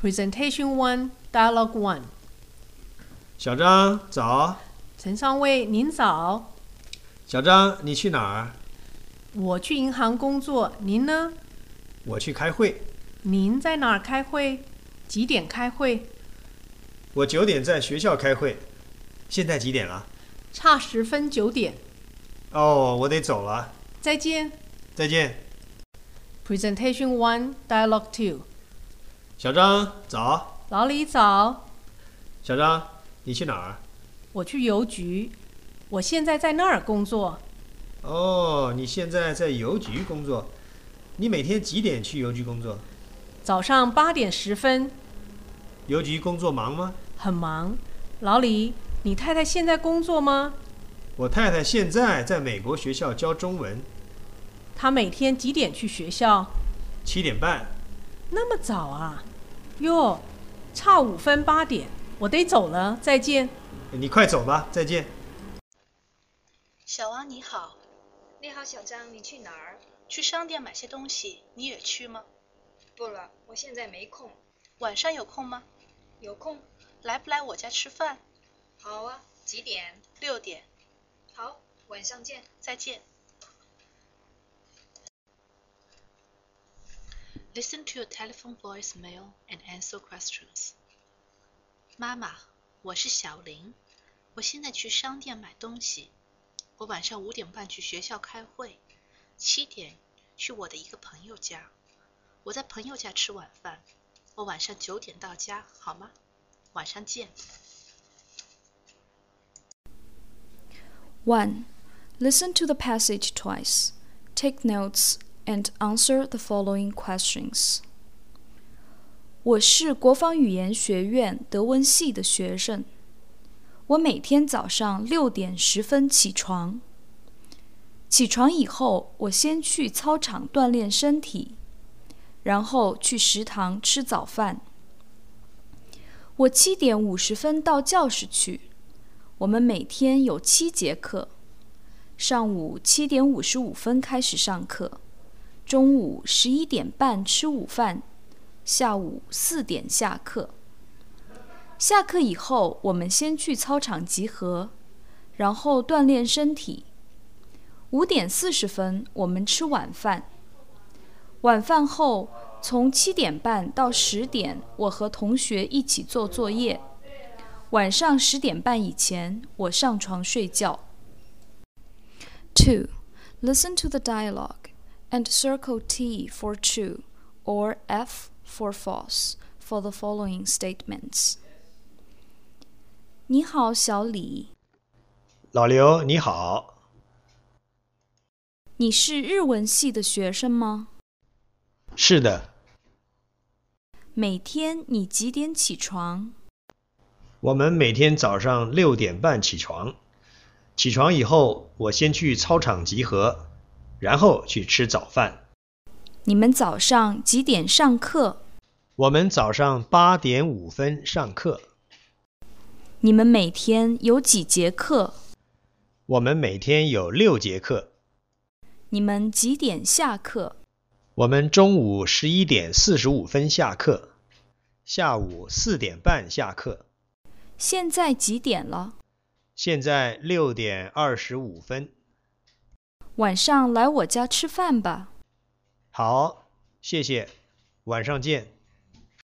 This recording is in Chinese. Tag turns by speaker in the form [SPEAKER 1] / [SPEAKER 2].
[SPEAKER 1] Presentation One Dialogue One，
[SPEAKER 2] 小张早，
[SPEAKER 1] 陈上尉您早，
[SPEAKER 2] 小张你去哪儿？
[SPEAKER 1] 我去银行工作，您呢？
[SPEAKER 2] 我去开会，
[SPEAKER 1] 您在哪儿开会？几点开会？
[SPEAKER 2] 我九点在学校开会，现在几点了？
[SPEAKER 1] 差十分九点，
[SPEAKER 2] 哦，我得走了，
[SPEAKER 1] 再见。
[SPEAKER 2] 再见。
[SPEAKER 1] Presentation One Dialogue Two，
[SPEAKER 2] 小张早，
[SPEAKER 1] 老李早，
[SPEAKER 2] 小张你去哪儿？
[SPEAKER 1] 我去邮局，我现在在那儿工作，
[SPEAKER 2] 哦，你现在在邮局工作，你每天几点去邮局工作？
[SPEAKER 1] 早上八点十分，
[SPEAKER 2] 邮局工作忙吗？
[SPEAKER 1] 很忙。老李，你太太现在工作吗？
[SPEAKER 2] 我太太现在在美国学校教中文，
[SPEAKER 1] 她每天几点去学校？
[SPEAKER 2] 七点半。
[SPEAKER 1] 那么早啊？哟，差五分八点，我得走了，再见。
[SPEAKER 2] 你快走吧，再见。
[SPEAKER 3] 小王你好，
[SPEAKER 4] 你好，小张，你去哪儿？
[SPEAKER 3] 去商店买些东西，你也去吗？
[SPEAKER 4] 不了，我现在没空。
[SPEAKER 3] 晚上有空吗？
[SPEAKER 4] 有空？
[SPEAKER 3] 来不来我家吃饭？
[SPEAKER 4] 好啊，几点？
[SPEAKER 3] 六点，
[SPEAKER 4] 好，晚上见。
[SPEAKER 3] 再见。Listen to your telephone voicemail and answer questions. 妈妈，我是小林，我现在去商店买东西。我晚上五点半去学校开会，七点去我的一个朋友家。我在朋友家吃晚饭。我晚上九点到家，好吗？晚上见。
[SPEAKER 5] 1. Listen to the passage twice. Take notes and answer the following questions. 我是国防语言学院德文系的学生。我每天早上六点十分起床。起床以后，我先去操场锻炼身体，然后去食堂吃早饭。我七点五十分到教室去。我们每天有七节课，上午七点五十五分开始上课，中午十一点半吃午饭，下午四点下课。下课以后，我们先去操场集合，然后锻炼身体。五点四十分，我们吃晚饭。晚饭后，从七点半到十点，我和同学一起做作业。晚上十点半以前，我上床睡觉。
[SPEAKER 6] 2. Listen to the dialogue and circle T for true or F for false for the following statements.
[SPEAKER 5] 你好，小李，
[SPEAKER 2] 老刘你好，
[SPEAKER 5] 你是日文系的学生吗？
[SPEAKER 2] 是的，
[SPEAKER 5] 每天你几点起床？
[SPEAKER 2] 我们每天早上六点半起床，起床以后我先去操场集合，然后去吃早饭。
[SPEAKER 5] 你们早上几点上课？
[SPEAKER 2] 我们早上八点五分上课，
[SPEAKER 5] 你们每天有几节课？
[SPEAKER 2] 我们每天有六节课，
[SPEAKER 5] 你们几点下课？
[SPEAKER 2] 我们中午十一点四十五分下课，下午四点半下课，
[SPEAKER 5] 现在几点了？
[SPEAKER 2] 现在六点二十五分。
[SPEAKER 5] 晚上来我家吃饭吧。
[SPEAKER 2] 好，谢谢，晚上见。